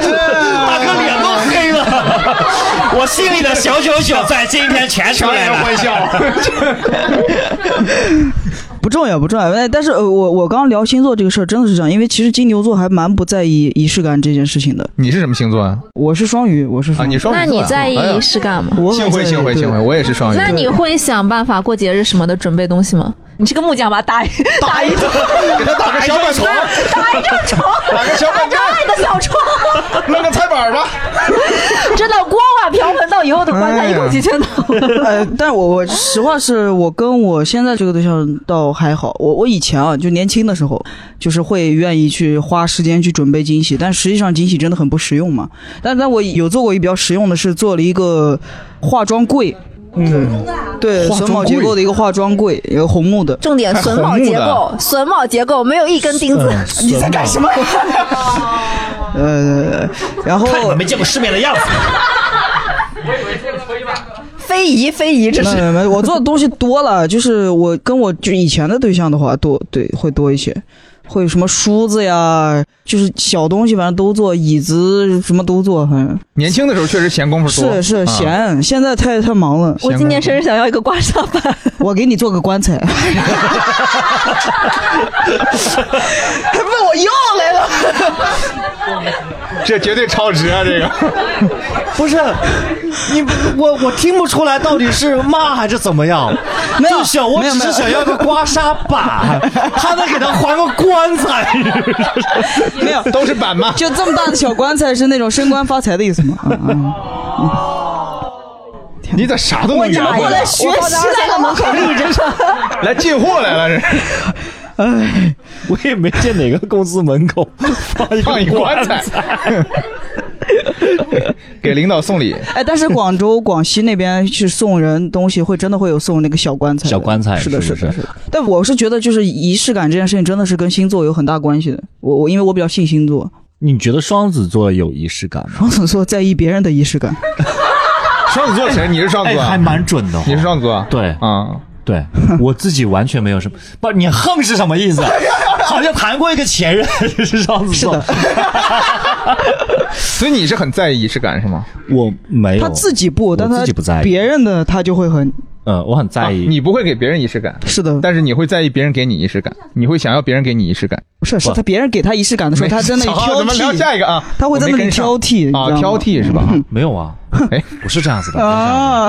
大哥脸都 黑了，我心里的小九九在今天全出来了。
欢笑，
不重要，不重要。哎但是呃，我我刚刚聊星座这个事儿，真的是这样，因为其实金牛座还蛮不在意仪式感这件事情的。
你是什么星座啊？
我是双鱼，我是
啊，
双鱼。
你双
那
鱼座啊。
你在意
哎呀
仪式感吗？
我很
幸会
在意
幸会
对
幸会，我也是双鱼。
那你会想办法过节日什么的准备东西吗？你是个木匠吧？打一打一
给他打个小板床，
打一张床，
打个小 板
张爱的小床，
弄个菜板吧。
真的锅碗瓢盆到以后的棺
哎
材一口气全倒了。
呃，但我我实话是我跟我现在这个对象倒还好，我我以前啊就年轻的时候，就是会愿意去花时间去准备惊喜，但实际上惊喜真的很不实用嘛。但但我有做过一个比较实用的是，做了一个化妆柜。嗯，对，
化妆
榫卯结
柜
构的一个化妆柜，一个红木的，
重点榫卯结构，榫榫卯结构没有一根钉子。
嗯
你在干什么？
呃，然后
看你们没见过世面的样子。
非遗非 遗，这
没
是
没没，我做的东西多了，就是我跟我就以前的对象的话多对会多一些，会什么梳子呀，就是小东西反正都做，椅子什么都做，反正
年轻的时候确实闲工夫多，
是是
啊
闲，现在太太忙了，
我今年生日想要一个刮痧板，
我给你做个棺材， 还问我要来了，
这绝对超值啊！这 个
不是，你不我我听不出来到底是骂还是怎么样。
没有
就想我
没
只
有没有
是想要个刮痧板，他能给他还个棺材。
没有，
都是板嘛。
就这么大的小棺材是那种升官发财的意思吗？啊啊
你咋啥都能圆
啊
回来？
学习来了门口立着说，
来进货来了，这是
我也没见哪个公司门口 放一
放一棺材， 给领导送礼。
哎，但是广州、广西那边去送人东西，会真的会有送那个小棺材的。
小棺材
是的，
是
是
不
的，
是
是的。但我是觉得，就是仪式感这件事情，真的是跟星座有很大关系的。我我因为我比较信星座，
你觉得双子座有仪式感吗？
双 子座在意别人的仪式感。
双子座谁？你是双子
哎，
座啊？
还蛮准的、
你是双子座啊？
对
啊，
对，我自己完全没有什么。不，你横是什么意思？好像谈过一个前任是双子座，
所以你是很在意仪式感是吗？
我没有。
他自己不，但
哎我
他
自己不在意
别人的他就会很
嗯，我很在意。
啊你不会给别人仪式感，
是的，
但是你会在意别人给你仪式感，你会想要别人给你仪式感。
不是是他别人给他仪式感的时候，他真的
好
挑
咱们聊下
剔。
一个啊，
他会在那里挑
我
剔
没跟上啊，
你知道
挑
吗
剔是吧？
没有啊，
哎，
不是这样子的。
啊，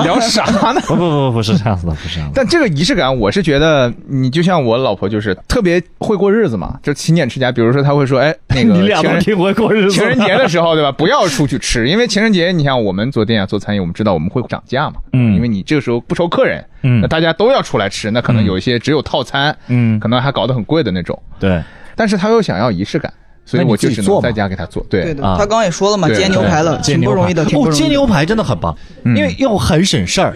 聊啥
不
呢？
是这样子的不不不，不是这样子的，不是这样子的。
但这个仪式感，我是觉得，你就像我老婆，就是特别会过日子嘛，就勤俭持家。比如说，她会说：“哎， 那个
你俩都
情人
挺会过日子。
情人节的时候，对吧？不要出去吃，因为情人节，你像我们做店啊，做餐饮，我们知道我们会涨价嘛。
嗯
因为你这个时候不愁客人，
嗯
那大家都要出来吃，那可能有一些只有套餐，
嗯
可能还搞得很贵的那种。
对，
但是她又想要仪式感，所以
那你
我就
自己
只
做
能
嘛
在家给她做。对
对的，
啊
他刚刚也说了嘛，
对
煎牛排了，
煎
挺不
牛排
容易的，挺不
哦，
容
煎
易的。
牛排真的很棒，因为又很省事儿，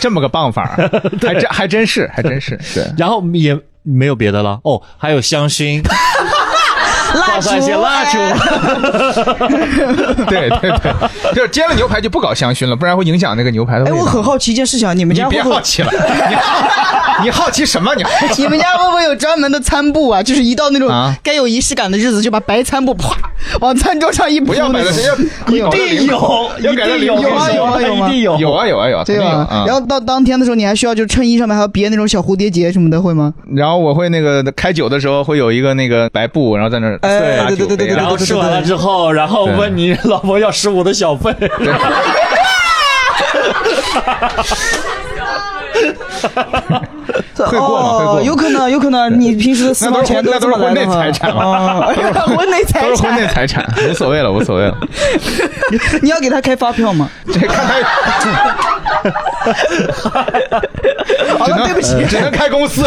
这么个棒法儿，还真还真是，还真是。对，
然后也没有别的了。哦，还有香薰，
蜡啊
放上一些蜡烛。
对对对，就是煎了牛排就不搞香薰了，不然会影响那个牛排的味
哎，
道。
我很好奇一件事情啊，你们
你
家会
别
不
好
会？
奇了，你好你好奇什么？你好奇
你们家会不会有专门的餐布啊？就是一到那种
啊
该有仪式感的日子，就把白餐布啪往餐桌上一铺
不要买
那
了，
种
谁。要
一定有，
要
一
给他
定
零
有，
用
啊有啊有啊
一定有，
有啊有啊有啊，肯
对
定有
吧？
啊。
然后到当天的时候，你还需要就衬衣上面还要别那种小蝴蝶结什么的，会吗？
然后我会那个开酒的时候会有一个那个白布，然后在那儿
哎
拿
对对
酒
对
杯
对对
然
然
后
后吃完了之后，然后问你老婆要十五的小费，
过吗
会
会过吗
哦有可能，有可能，你平时的私
那
房
都是
钱
那
这
都是
么来
婚内
的
财产嘛，
话，啊， 婚内财
都是婚内
产，
财产，无所谓了，无所谓了。
你要给他开发票吗？
这看他，
好
只
了，
能呃
对不起，
只能开公司。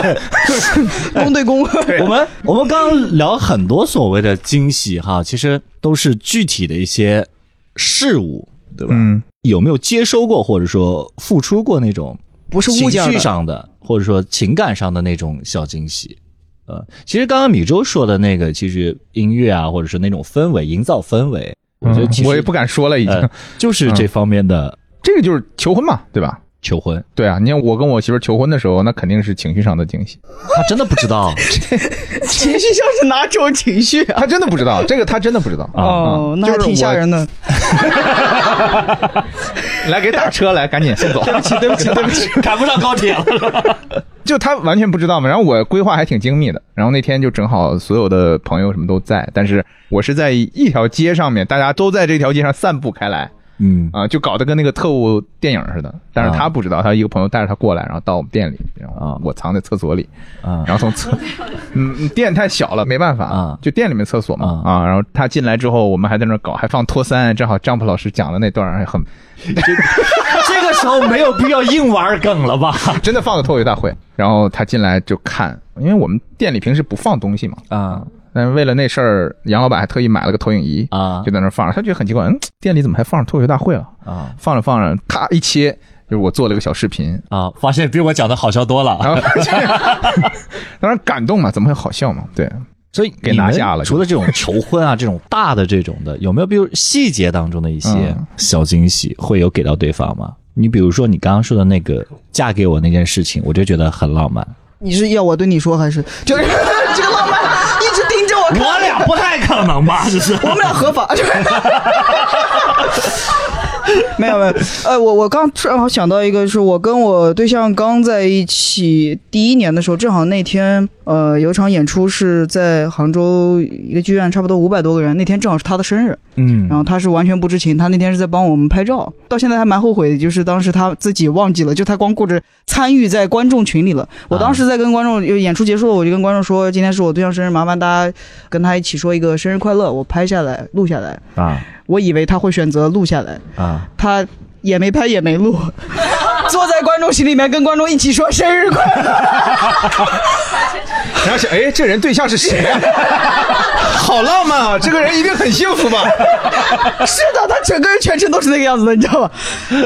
公对公，
我们我们刚刚聊很多所谓的惊喜哈，其实都是具体的一些事物，对吧？
嗯，
有没有接收过或者说付出过那种
不是
情
物件
绪
的
上的，或者说情感上的那种小惊喜。呃，其实刚刚米粥说的那个，其实音乐啊，或者是那种氛围，营造氛围，我觉得其实、
嗯我也不敢说了，已
呃
经，
就是这方面的
这个就是求婚嘛，对吧？
求婚，
对啊，你看我跟我媳妇儿求婚的时候，那肯定是情绪上的惊喜。
他真的不知道
情绪上是哪种情绪 啊？
她真的不知道，这个她真的不知道。
啊。
哦，那还挺吓 人的。
来，给打车来，赶紧送走。 对不起，对不起，对不起，
赶不上高铁了，
就她完全不知道嘛。然后我规划还挺精密的，然后那天就正好所有的朋友什么都在，但是我是在一条街上面，大家都在这条街上散步开来
嗯，
啊，就搞得跟那个特务电影似的。但是她不知道，她一个朋友带着她过来，然后到我们店里，然后
啊
我藏在厕所里，
啊
然后从厕，嗯，店太小了，没办法
啊
就店里面厕所嘛
啊
啊。然后她进来之后，我们还在那儿搞，还放托三，正好张普老师讲的那段儿还 很
这个时候没有必要硬玩梗了吧？
真的放的脱口秀大会，然后他进来就看，因为我们店里平时不放东西嘛，
啊
但是为了那事儿，杨老板还特意买了个投影仪，
啊
就在那儿放着，他觉得很奇怪，嗯，店里怎么还放着脱口秀大会啊？
啊
放着放着，咔一切，就是我做了个小视频，
啊！发现比我讲的好笑多了，
然后 当然感动嘛，怎么会好笑嘛？对，
所以
给拿下了
你们除了这种求婚啊，这种大的这种的，有没有比如细节当中的一些
嗯
小惊喜会有给到对方吗？你比如说你刚刚说的那个嫁给我那件事情，我就觉得很浪漫。
你是要我对你说还是就是 这个浪漫一直盯着我看？
我俩不太可能吧？这是
我们俩合法。 没有没有，呃，我我刚突然好想到一个，是我跟我对象刚在一起第一年的时候，正好那天呃有一场演出是在杭州一个剧院，差不多五百多个人，那天正好是他的生日，
嗯
然后他是完全不知情，他那天是在帮我们拍照，到现在还蛮后悔的，就是当时他自己忘记了，就他光顾着参与在观众群里了。我当时在跟观众，演出结束了，我就跟观众说，今天是我对象生日，麻烦大家跟他一起说一个生日快乐，我拍下来录下来。
啊
我以为他会选择录下来，
啊！
他也没拍也没录，坐在观众席里面跟观众一起说生日快乐。
然后想，哎，这人对象是谁 啊？好浪漫啊！这个人一定很幸福吧？
啊是的，他整个人全程都是那个样子的，你知道吧？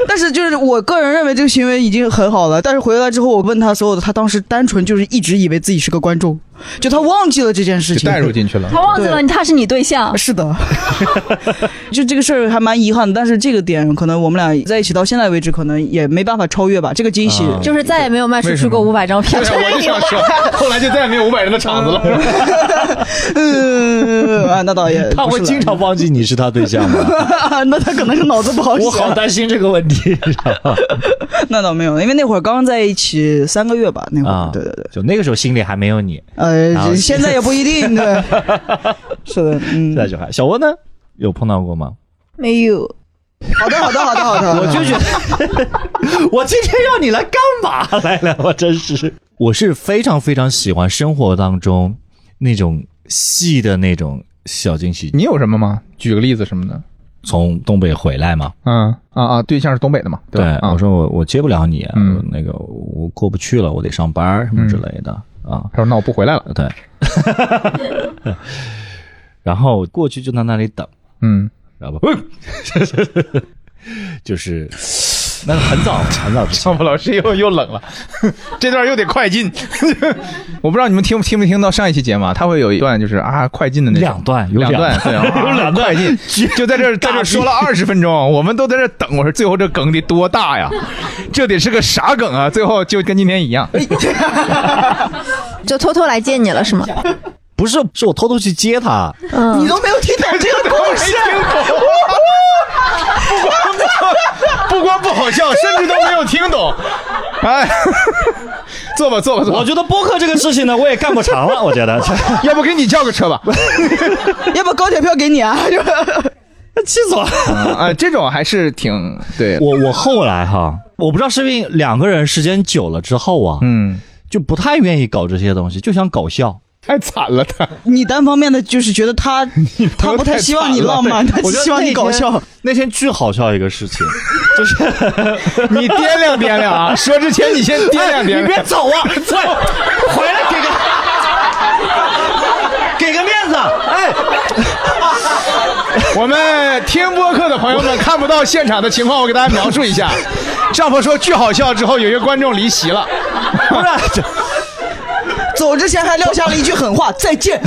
但是就是我个人认为这个行为已经很好了。但是回来之后，我问他所有的，他当时单纯就是一直以为自己是个观众，就他忘记了这件事
就
情，
带入进去了。
他忘记了他是你对象，
是的， 就这个事儿还蛮遗憾的。但是这个点可能我们俩在一起到现在为止，可能也没办法超越吧。这个惊喜，
啊
就是再也没有卖出去过
为什么
五百张票
对，。 啊我就想说，后来就再也没有五百人的场子了。
嗯，啊，那倒也
他会
不是了
经常忘记你是他对象 吗？
那他可能是脑子不好使。
我好担心这个问 题，知道吧？
那倒没有，因为那会儿刚在一起三个月吧，那会儿，
啊，
对对对，，
就那个时候心里还没有你，然后
呃，现在也不一定，对，是的，嗯
现，在就还。小窝呢，有碰到过 吗？
没有，
好的，好的，好的，好的，我就觉得
我今天要你来干嘛来了？我真是，我是非常非常喜欢生活当中那种细的那种小惊喜。
你有什么吗？举个例子什么的。
从东北回来嘛，
嗯啊啊，对象是东北的嘛？
对，
吧？啊
我，说我我接不了你，
嗯
我那个我过不去了，我得上班儿什么之类的、啊。
他说那我不回来了。
对，然后过去就在那里等，
嗯，
知道吧？就是那个很早很早之前
丈夫老师又又冷了， 这段又得快进。 我不知道你们听听没听到上一期节目，啊，他会有一段就是啊快进的那种
两段有
两段，对，啊
有两段
快进，就在这儿在这儿说了二十分钟，我们都在这儿等。我说最后这梗得多大呀？这得是个啥梗啊？最后就跟今天一样，
就偷偷来见你了是 吗？
不是是我偷偷去接他，
你都没有听懂这个故事，
不 光不好笑，甚至都没有听懂。哎， 坐吧坐吧 坐
我
吧，
觉得播客这个事情呢，我也干不长了。我觉得
要不给你叫个车吧？
要不高铁票给你啊？就
气死我了。
啊，这种还是挺对，
我我后来哈，我不知道是因为两个人时间久了之后啊，
嗯，
就不太愿意搞这些东西，就想搞笑。
太惨了他。
你单方面的就是觉得他他不太希望你浪漫，他
我觉得
希望
那
你
天
搞笑。。
那天巨好笑一个事情，
你掂量掂量啊！ 说之前你先掂量
哎
掂量。
走啊！走，回来给个 给个面子。哎，
我们听播客的朋友们看不到现场的情况，我给大家描述一下。上坡说巨好笑之后，有一个观众离席了，
不是，走之前还撂下了一句狠话：“再见。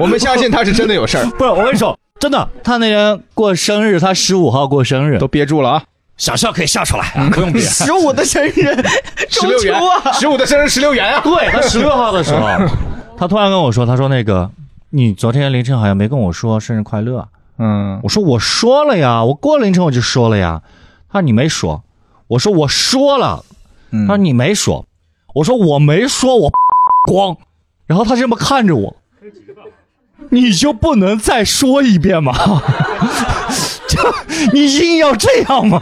我们相信他是真的有事儿，
不是，我跟你说，真的，他那天过生日，他十五号过生日，
都憋住了啊！
想笑可以笑出来，啊，不用憋”。
十五的生日，
十
中
六
秋
元
啊，，
十五的生日十六元啊！
对他十六号的时候， 他突然跟我说，他说那个你昨天凌晨好像没跟我说生日快乐啊，
嗯，
我说我说了呀，我过凌晨我就说了呀。他说你没说，我说我说了，
嗯
他
嗯
说你没说，我说我没说，我 光。然后他这么看着我，你就不能再说一遍吗？ 就你硬要这样吗？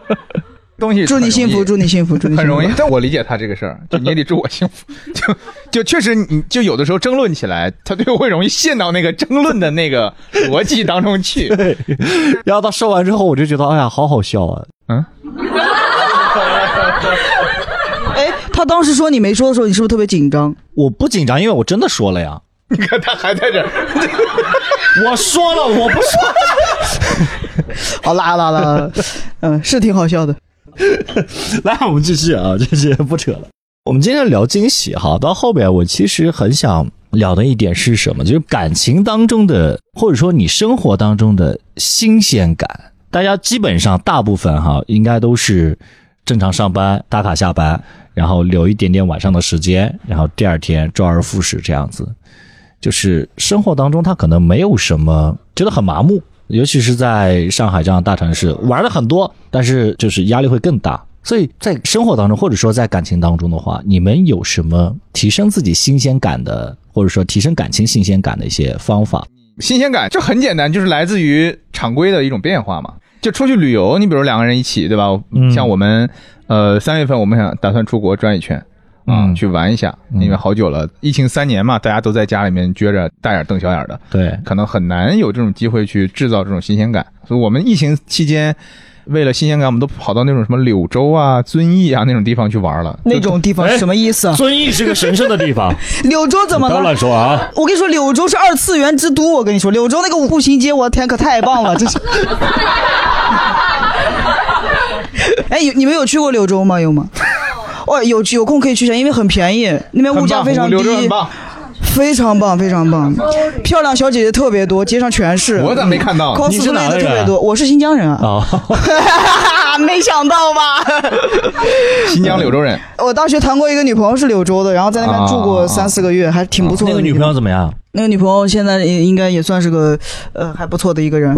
东西
祝你幸福，祝你幸福，祝你幸福
很容易，但我理解他这个事儿，就你也得祝我幸福。 就就确实，你就有的时候争论起来，他就会容易陷到那个争论的那个逻辑当中 去。
然后他说完之后，我就觉得哎呀，好好笑啊！
嗯，
哎，他当时说你没说的时候，你是不是特别紧张？
我不紧张，因为我真的说了呀，
你看他还在这儿，
我说了，我不说。
好啦啦啦，嗯，是挺好笑的。
来，我们继续啊，继续不扯了。我们今天聊惊喜哈，到后边我其实很想聊的一点是什么，就是感情当中的，或者说你生活当中的新鲜感。大家基本上大部分哈，应该都是正常上班、打卡下班，然后留一点点晚上的时间，然后第二天周而复始这样子。就是生活当中他可能没有什么觉得很麻木，尤其是在上海这样的大城市，玩的很多，但是就是压力会更大。所以在生活当中，或者说在感情当中的话，你们有什么提升自己新鲜感的，或者说提升感情新鲜感的一些方法？
新鲜感就很简单，就是来自于常规的一种变化嘛。就出去旅游，你比如两个人一起，对吧？
嗯
像我们，呃，三月份我们想打算出国转一圈，啊
嗯
去玩一下，
嗯
因为好久了，疫情三年嘛，大家都在家里面撅着大眼瞪小眼的，
对，
可能很难有这种机会去制造这种新鲜感。所以我们疫情期间，为了新鲜感，我们都跑到那种什么柳州啊、遵义啊那种地方去玩了。
那种地方
哎
是什么意思啊？
遵义是个神圣的地方，
柳州怎么了？
说啊，
我跟你说，柳州是二次元之都。我跟你说，柳州那个步行街，我的天，可太棒了！这是。哎，有你们有去过柳州吗？有吗？哦，有有空可以去一下，因为很便宜，那边
很
物价
棒
非常
柳州很
低，
棒，
非常棒，非常棒。漂亮小姐姐特别多，街上全是。
我咋没看到？
你是哪
cosplay
里
的
人啊
特别多？我是新疆人 啊， 没想到吧？
新疆柳州人，
我大学谈过一个女朋友是柳州的，然后在那边住
啊
过三四个月，还挺不错的
那
地
个
方。
女朋友怎么样？
那个女朋友现在也应该也算是个呃还不错的一个人，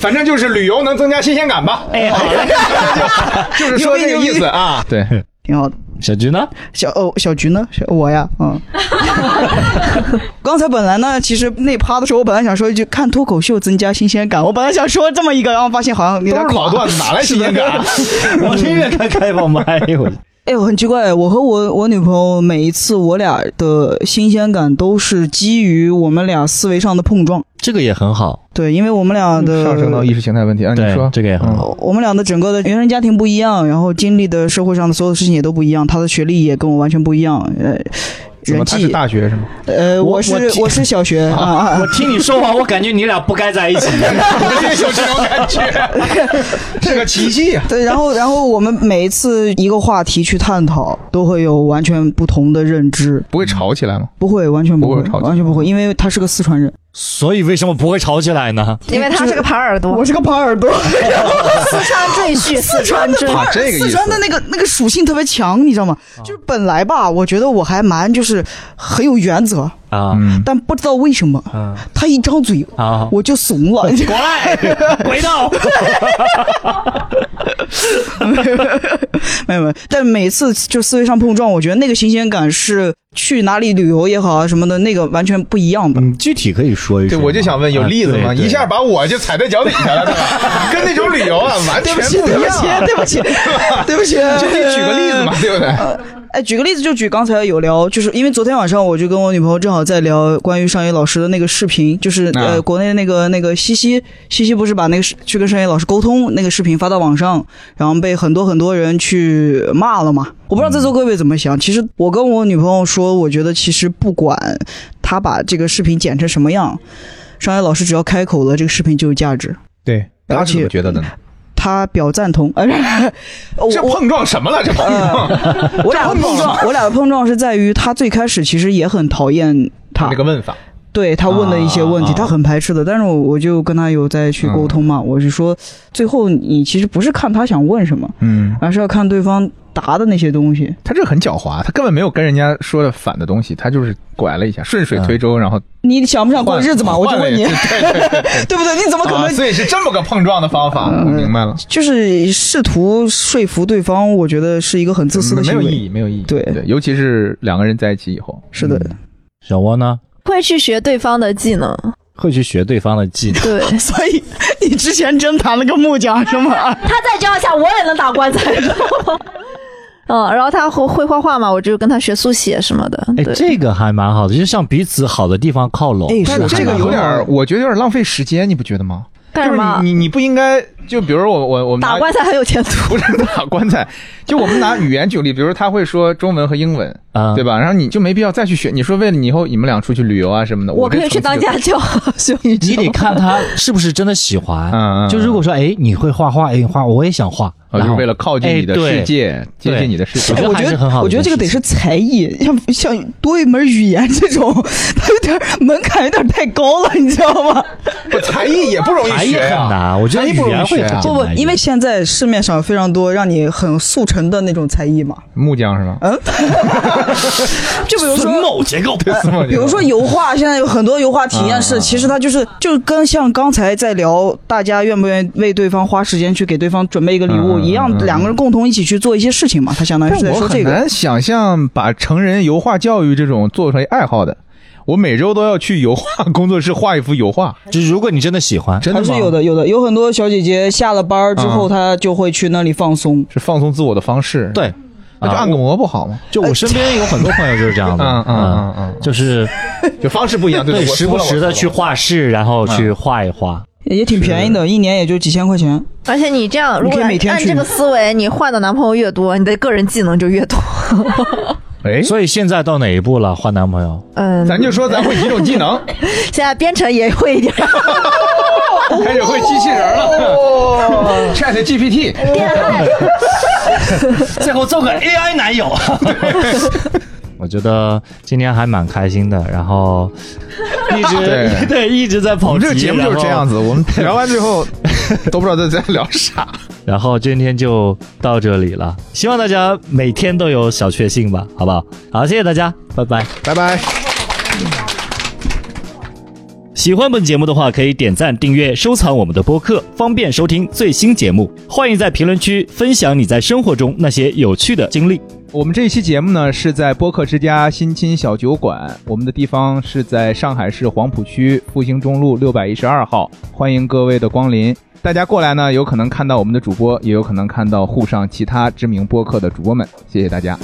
反正就是旅游能增加新鲜感吧。哎， 就是说这个意思啊。对，
挺好的。
小菊 呢？
小哦，小菊呢？小我呀，嗯。 刚才本来呢，其实那趴的时候，我本来想说一句看脱口秀增加新鲜感，我本来想说这么一个，然后发现好像
都
有点
是老
垮
段子，哪来新鲜感？啊
我宁愿开开放麦，我
哎，我很奇怪，我和我我女朋友每一次我俩的新鲜感都是基于我们俩思维上的碰撞。
这个也很好，
对，因为我们俩 的
上升到意识形态问题啊，你
对
说，
这个也很好。
我我们俩的整个的原生家庭不一样，然后经历的社会上的所有事情也都不一样，他的学历也跟我完全不一样，呃，
怎么
人
他是
际，
大学是吗？
呃，
我
我是
我听
我 是小学啊啊，啊
我听你说完，我感觉你俩不该在一起。
我也有 这种感觉， 是个奇迹啊！
对，然后然后我们每一次一个话题去探讨，都会有完全不同的认知，
不会吵起来吗？
不会完全不
不
会
会有，吵架
完全不会，因为他是个四川人，
所以为什么不会吵起来呢？
因为他是个耙耳朵，
是个耙 耳朵，
四川赘 婿，四川赘
啊，这个意
四
思啊
川。的那个那个属性特别强，你知道吗？就是本来吧，我觉得我还蛮就是很有原则，
啊
嗯，
但不知道为什么
嗯
他一张嘴
啊！
我就怂
过
了。
来，回到
没有没有，但每次就思维上碰撞，我觉得那个新鲜感是去哪里旅游也好啊什么的，那个完全不一样的。
嗯，具体可以说一
对，
说吗。
我就想问，有例子
啊
吗？
对对
一下把我就踩在脚底下了，对吧 跟那种旅游啊完
对
全
不起，
不
对
一
不
样
起
啊。，
对不起，对不起。
就你举个例子嘛，对不对？
哎，举个例子，就举刚才有聊，就是因为昨天晚上我就跟我女朋友正好在聊关于尚野老师的那个视频，就是、
啊
呃国内那个那个西西西西不是把那个视去跟尚野老师沟通那个视频发到网上，然后被很多很多人去骂了嘛。我不知道在座各位怎么想，其实我跟我女朋友说，我觉得其实不管她把这个视频剪成什么样，尚野老师只要开口了，这个视频就有价值。
对，大家
而
是怎
且
么觉得的呢？
他表赞同，呃， 我
这
我
碰撞什么了？这碰撞，
我俩的碰撞，我俩的碰撞是在于他最开始其实也很讨厌他
这，个问法，
对他问的一些问题，
啊嗯
他很排斥的。但是我我就跟他有再去沟通嘛，我是说，最后你其实不是看他想问什么，
嗯，
而是要看对方答的那些东西。
他这很狡猾，他根本没有跟人家说的反的东西，他就是拐了一下，顺水推舟，然后
你想不想过
换
日子嘛？我就
换了
问
一
你
个，对 对对
对不对？你怎么可
啊，
能
所以是这么个碰撞的方法，我明白了，
就是试图说服对方？我觉得是一个很自私的
嗯没
行
有
为。
意义，没有意义，
对
对，尤其是两个人在一起以后，嗯
是的，
小窝呢
会去学对方的技能，
会去学对方的技能。
对，
所以你之前真谈了个木匠是吗？
他再这样下，我也能打棺材。
嗯，然后他会会画画嘛，我 就跟他学速写什么的，
哎
对，，
这个还蛮好的，就向彼此好的地方靠拢。
哎
但
是
这
这个
个
有
有点
点
儿
儿，
我觉得有点浪费时间，你不觉得吗？
干
就
什
是
么？
你你你不应该就比如说我我我们拿
打棺材很有前途。
不是打棺材，就我们拿语言举例，比如说他会说中文和英文，
啊，
对吧？然后你就没必要再去学。你说为了你以后你们俩出去旅游啊什么的，
我
这
可以去
层
当
次就
家教， 学宇宙
你得看他是不是真的喜欢。
嗯，嗯，
就如果说，哎，你会画画，哎，你画，我也想画，
哦
然
就是
后
为了靠近你的
哎对
世界，接近你的世界
我觉
哎
得
我
还
觉
是很
得
好的
我觉得
一件
这个得
事
是才艺，像像多一门语言这种，它有点儿门槛有点儿太高了，你知道吗？
不才艺也不容易
才艺
学
很
啊
难，我觉得
才艺
语
不容
言
易
会
学
很
啊
简
不不
单，一
因为
点
现在市面上有非常多让你很速成的那种才艺嘛，
木匠是吗？
嗯， 就比如说呃
某结构，
对，木匠
比如说油画，现在有很多油画体验
啊
室，其实它就是就是跟像刚才在聊大家愿不愿意为对方花时间去给对方准备一个礼物
嗯
一样
嗯，嗯
两个人共同一起去做一些事情嘛，他相当于
但
是在
我
说
很
这个。
难想象把成人油画教育这种做成爱好的。我每周都要去油画工作室画一幅油画，
就是如果你真的喜欢，
真的
还是
吗？
有的，有的有很多小姐姐下了班儿之后，
嗯
她就会去那里放松。
是放松自我的方式。，
对，
那就
啊
按个摩不好吗？
就我身边有很多朋友就是这样的，
嗯嗯嗯嗯
就是
就方式不一样，
对，
我
时不
说了
时
我说
的
了嗯
去画室，然后去画一画。
也挺便宜的，一年也就几千块钱。
而且你这样，如
你
果
可以每天
按
去
这个思维，你换的男朋友越多，你的个人技能就越多。
哎，
所以现在到哪一步了？换男朋友？
嗯，
咱就说咱会几种技 能，
现在编程也会一点，
开始会机器人了 ，Chat GPT，
最后做个 AI 男友。我觉得今天还蛮开心的，然 后一直
对
一直在
我
跑
们
题。
这个节目就是这样
然后。
子， 我们聊完之后啊都不知道在在聊啥。
然后今天就到这里了，希望大家每天都有小确幸吧，好不好？好，谢谢大家，拜拜。
拜拜。
喜欢本节目的话，可以点赞、订阅、收藏我们的播客，方便收听最新节目。欢迎在评论区分享你在生活中那些有趣的经历。
我们这一期节目呢是在播客之家新青小酒馆，我们的地方是在上海市黄浦区复兴中路六百一十二号，欢迎各位的光临。大家过来呢，有可能看到我们的主播，也有可能看到沪上其他知名播客的主播们。谢谢大家。